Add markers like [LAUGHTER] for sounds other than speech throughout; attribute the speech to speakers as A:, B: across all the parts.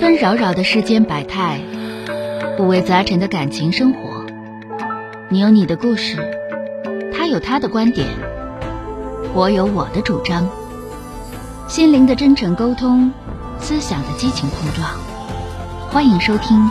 A: 纷扰扰的世间百态，五味杂陈的感情生活。你有你的故事，他有他的观点，我有我的主张。心灵的真诚沟通，思想的激情碰撞。欢迎收听《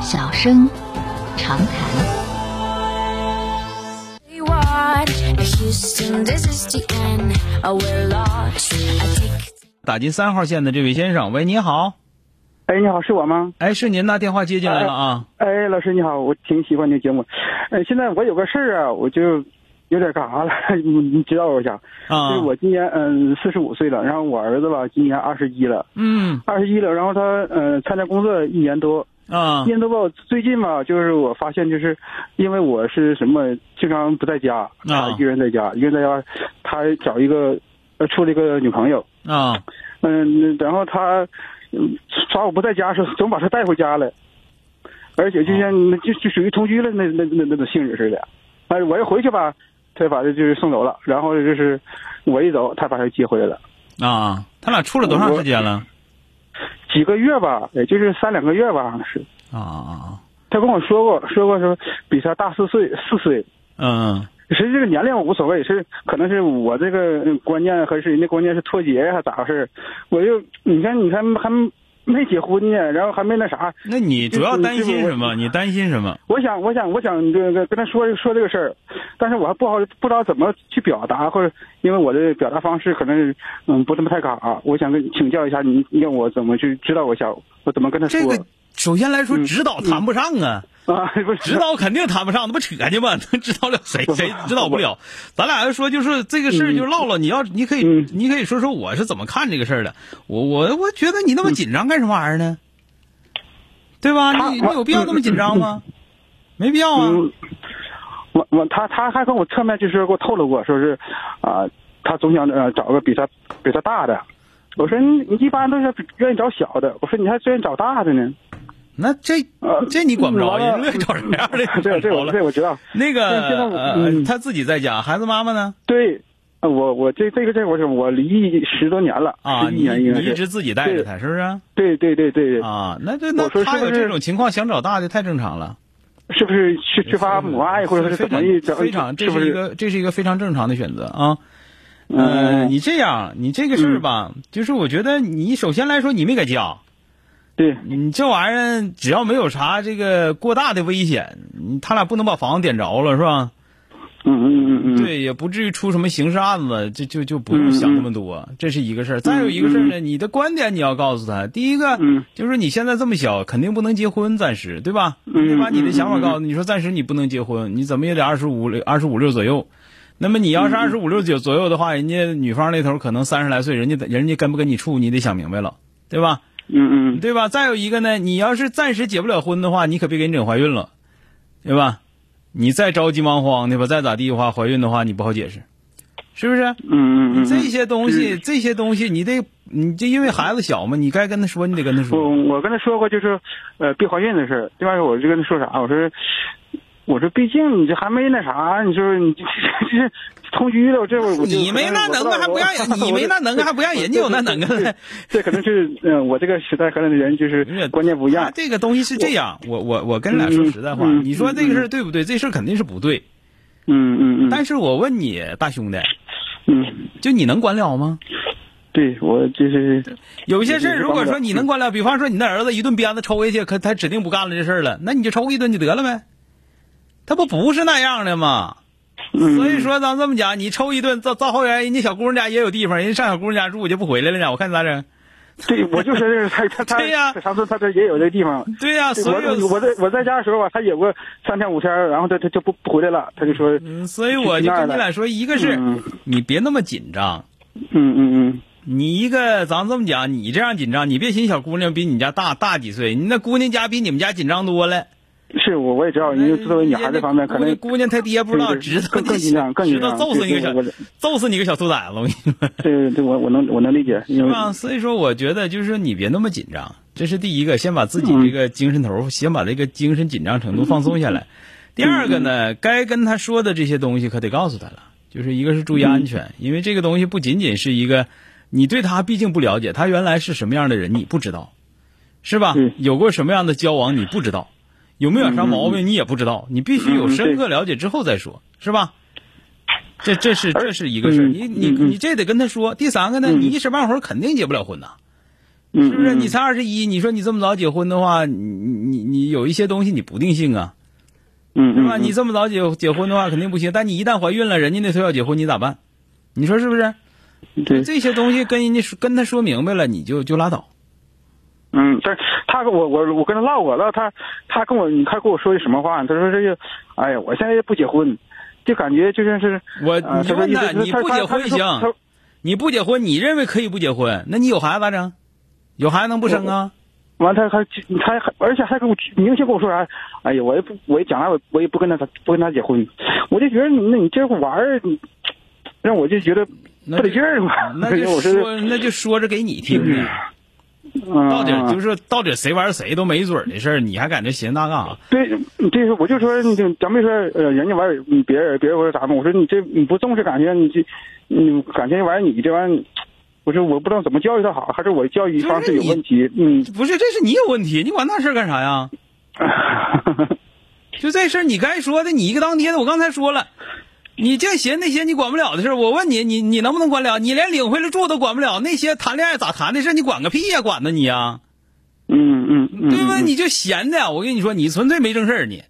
A: 小声长谈》。
B: We watch Houston, this is the end. I will watch. I take
C: 打进三号线的这位先生，喂，你好，
D: 哎，你好，是我吗？
C: 哎，是您呐，电话接进来了啊，
D: 哎，老师你好，我挺喜欢你的节目。呃，现在我有个事儿啊，我就有点干啥了， [LAUGHS] 你你知道我啥？就
C: 啊
D: 是，我今年嗯四十五岁了，然后我儿子吧今年二十一了，
C: 嗯
D: 二十一了，然后他嗯、呃参加工作一年多，
C: 啊
D: 一，年多吧。我最近吧，就是我发现就是因为我是什么经常不在
C: 啊
D: 家，他一个人在家，一个人在家，他找一个呃处了一个女朋友，
C: 啊，
D: 嗯，然后他嗯抓我不在家时候，总把他带回家来，而且就像就就属于同居了那那那那种性质似的。但是我一回去吧，他把他就是送走了，然后就是我一走，他把他接回来了。
C: 啊，他俩处了多长时间了？
D: 几个月吧，也就是三两个月吧，好像是。
C: 啊啊，
D: 他跟我说过，说过说比他大四岁四岁，
C: 嗯
D: 其实这个年龄我无所谓，是可能是我这个嗯观念和是人家观念是脱节呀，还咋回事？我就你看你看还没结婚呢，然后还没那啥，
C: 那你主要担心什么？
D: 就是
C: 你担心什么？
D: 我想，我想，我想这个跟他说说这个事儿，但是我还不好不知道怎么去表达，或者因为我的表达方式可能嗯不那么太嘎、我想跟请教一下你，你让我怎么去指导我一下，我怎么跟他说、
C: 这个首先来说，
D: 嗯
C: 指导谈不上啊，
D: 啊？ [LAUGHS] 不是
C: 指导肯定谈不上，那不扯去吗？ [LAUGHS] 能指导了谁？谁指导不了？咱俩要说就是这个事儿就唠唠，你要你可以
D: 嗯
C: 你可以说说我是怎么看这个事儿的。我我我觉得你那么紧张干什么玩意儿呢？对吧？
D: 他
C: 你你
D: 我
C: 有必要那么紧张吗？没必要啊。
D: 嗯，我我他他还跟我侧面就是给我透露过，说是啊、他总想呃找个比他比他大的。我说你你一般都是愿意找小的，我说你还真找大的呢。 [LAUGHS]
C: 那这
D: 呃
C: 这你管不着，
D: 完了
C: 人愿意找什么样的
D: 这
C: 找
D: 这
C: 着
D: 我这
C: 了。
D: 我知道。
C: 那
D: 这这
C: 个
D: 个我
C: 呃，
D: 嗯
C: 他自己在家，孩子妈妈呢？
D: 对，呃我我这这个这个我是我离异十多年了，
C: 啊，
D: 十一
C: 你
D: 年应该
C: 你一
D: 是。
C: 直自己带着他，是不是？
D: 哎对对对对，
C: 啊，那这那
D: 我说
C: 他
D: 是不
C: 有
D: 是
C: 这种情况想找大的太正常了。
D: 是不是缺缺乏母爱或者是怎么一整？
C: 非常，这
D: 是不
C: 是一
D: 是？
C: 个这是一个非常正常的选择啊。呃，
D: 嗯，
C: 你这样，你这个事儿吧，就是我觉得你首先来说你没搁家，
D: 对，
C: 你这玩意儿只要没有啥这个过大的危险，你他俩不能把房子点着了是吧？
D: 嗯嗯嗯嗯，
C: 对，也不至于出什么刑事案子，这就就不用想那么
D: 嗯
C: 多，这是一个事儿。再有一个事儿呢，你的观点你要告诉他，第一个
D: 嗯
C: 就是你现在这么小，肯定不能结婚，暂时对吧？
D: 嗯
C: 你得把你的想法
D: 嗯嗯
C: 告诉他，你说暂时你不能结婚，你怎么也得二十五二十五六左右。那么你
D: 嗯
C: 要是二十五六九左右的话，人家女方那头可能三十来岁，人家人家跟不跟你处，你得想明白了，对吧？
D: 嗯嗯，
C: 对吧？再有一个呢，你要是暂时结不了婚的话，你可别给你整怀孕了，对吧？你再着急忙慌的吧，再咋地的话，怀孕的话你不好解释，是不是？
D: 嗯嗯嗯，
C: 这些东西，这些东西，你得，你这因为孩子小嘛，你该跟他说，你得跟他
D: 我
C: 说。
D: 我跟他说过，就是呃别怀孕的事儿。另外，我就跟他说啥，我说我说毕竟你这还没那啥，你说你这这同居了，这我
C: 你没那能啊耐，还
D: [LAUGHS]
C: 不让人，你没那能啊耐，还不让人家有那能啊耐。
D: 这可能是嗯，我这个时代和那人就是观念不一
C: 他
D: 样。
C: 这个东西是这样，我我我跟俩说实在话，
D: 嗯嗯
C: 你说这个事儿对不对？这事儿肯定是不对。
D: 嗯嗯嗯，
C: 但是我问你，大兄弟，
D: 嗯，
C: 就你能管了吗？
D: 对我就是
C: 有些事儿，
D: 嗯
C: 如果说你能管了，比方说你那儿子一顿鞭子抽下去，可他指定不干了这事儿了，那你就抽一顿就得了呗。他不不是那样的嘛。
D: 嗯，
C: 所以说，咱这么讲，你抽一顿造造后园，人家小姑娘家也有地方，人家上小姑娘家住就不回来了呢。我看咋整？
D: 对我就说这个，他他他
C: 对呀
D: 上次他这也有这个地方。
C: 对呀、
D: 我
C: 所以
D: 我在我在家的时候吧，他有个三天五天，然后他他就不不回来了，他就说，嗯
C: 嗯所以我就跟你俩说，一个是
D: 嗯
C: 你别那么紧张，
D: 嗯嗯
C: 你一个咱这么讲，你这样紧张，你别寻思小姑娘比你家大大几岁，你那姑娘家比你们家紧张多了。
D: 嗯，是我我也知道，因为作为女孩这方面可能
C: 姑娘她爹不知道，
D: [LAUGHS] 对对
C: 知道
D: 更更紧张更
C: 知
D: 紧
C: 道
D: 张
C: 揍死你个小
D: 对对
C: 揍死你个小兔崽子，我跟你说。
D: 对对，我我能我能理解，因
C: 是
D: 为
C: 吧？所以说，我觉得就是说你别那么紧张，这是第一个，先把自己这个精神头儿，先把这个精神紧张程度放松下
D: 嗯
C: 来。第二个呢，该跟他说的这些东西可得告诉他了，就是一个是注意安
D: 嗯
C: 全，因为这个东西不仅仅是一个，你对他毕竟不了解，他原来是什么样的人你不知道，是吧
D: 嗯？
C: 有过什么样的交往你不知道，有没有啥毛病你也不知道，你必须
D: 嗯
C: 有深刻了解之后再说，是吧？这这是
D: 而
C: 这是一个事儿，
D: 嗯
C: 你你
D: 嗯嗯
C: 你这得跟他说。第三个呢，
D: 嗯
C: 你一时半会儿肯定结不了婚呐，
D: 嗯，
C: 是不是？
D: 嗯
C: 你才二十一，你说你这么早结婚的话，你你你有一些东西你不定性啊，
D: 嗯
C: 是吧？
D: 嗯
C: 你这么早结结婚的话肯定不行，但你一旦怀孕了，人家那时候要结婚，你咋办？你说是不是？
D: 嗯对，
C: 这些东西跟人家说跟他说明白了，你就就拉倒。
D: 嗯，但是他跟我我我跟他唠过了，他他跟我你看跟我说的什么话呢？他说这个，哎呀，我现在也不结婚，就感觉就像是
C: 我
D: 啊
C: 你
D: 他说
C: 问
D: 意思
C: 他，
D: 是
C: 你不结婚
D: 他他
C: 行？你不结婚，你认为可以不结婚？那你有孩子咋整？有孩子能不生啊？
D: 完他还他还而且还跟我明显跟我说啥？哎呀，我也不我也将来我我也不跟他不跟他结婚，我就觉得你那你这玩意儿，你让我就觉得不
C: 那
D: 得劲儿嘛。
C: 那就
D: [LAUGHS] 我是嗯啊
C: 说，那就说着给你听的，到底就是是到底谁玩谁都没准儿的事儿，你还敢这闲搭干啊啥？
D: 对，你这是我就说，你就咱们说呃，人家玩儿嗯别人别人说咱们，我说你这你不重视感情，你这你感情这玩意儿你这玩意儿，我说我不知道怎么教育他好，还是我教育方式有问题？嗯，
C: 不是，这是你有问题，你管那事儿干啥呀？就这事儿，你该说的，你一个当爹的，我刚才说了，你这些那些你管不了的事儿，我问你，你你能不能管了？你连领回来住都管不了，那些谈恋爱咋谈的事儿，你管个屁呀、管呢你呀、
D: [LAUGHS]
C: 啊
D: 嗯嗯嗯，
C: 对吧？你就闲的，我跟你说，你纯粹没正事儿，
D: [LAUGHS]
C: 你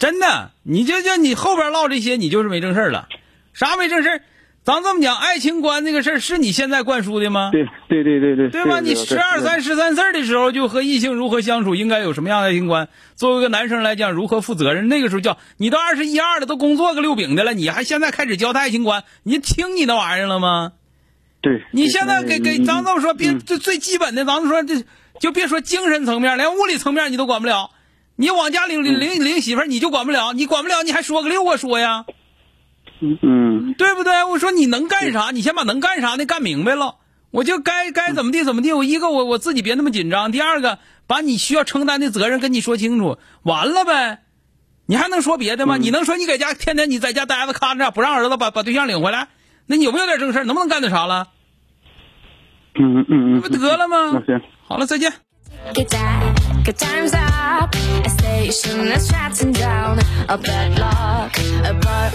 C: 真的，你这这你后边唠这些，你就是没正事儿了，啥没正事儿？咱这么讲，爱情观这个事儿是你现在灌输的吗？
D: 对对对对
C: [LAUGHS]
D: 对，
C: 对吧？你十二三、十三岁的时候就和异性如何相处，应该有什么样的爱情观？作为一个男生来讲，如何负责任？那个时候叫你都二十一二了，都工作个六饼的了，你还现在开始教他爱情观？你听你那玩意儿了吗？
D: 对，嗯
C: 你现在给给咱这么说，别最最基本的，咱们说这就别说精神层面，连物理层面你都管不了。你往家领领领领媳妇儿，你就管不了，你管不了，你还说个六啊说呀，
D: 嗯
C: 对不对？我说你能干啥？你先把能干啥的干明白了。我就该该怎么地怎么地。我一个我我自己别那么紧张，第二个把你需要承担的责任跟你说清楚，完了呗。你还能说别的吗？
D: 嗯
C: 你能说你在家天天你在家待着看着不让儿子把把对象领回来，那你有没有点正事儿？能不能干点啥了？
D: 嗯嗯
C: 那不得了吗
D: 那？行。
C: 好了，再见。
B: Get that, get time's up. A station that's shutting down. A bad luck, a bad.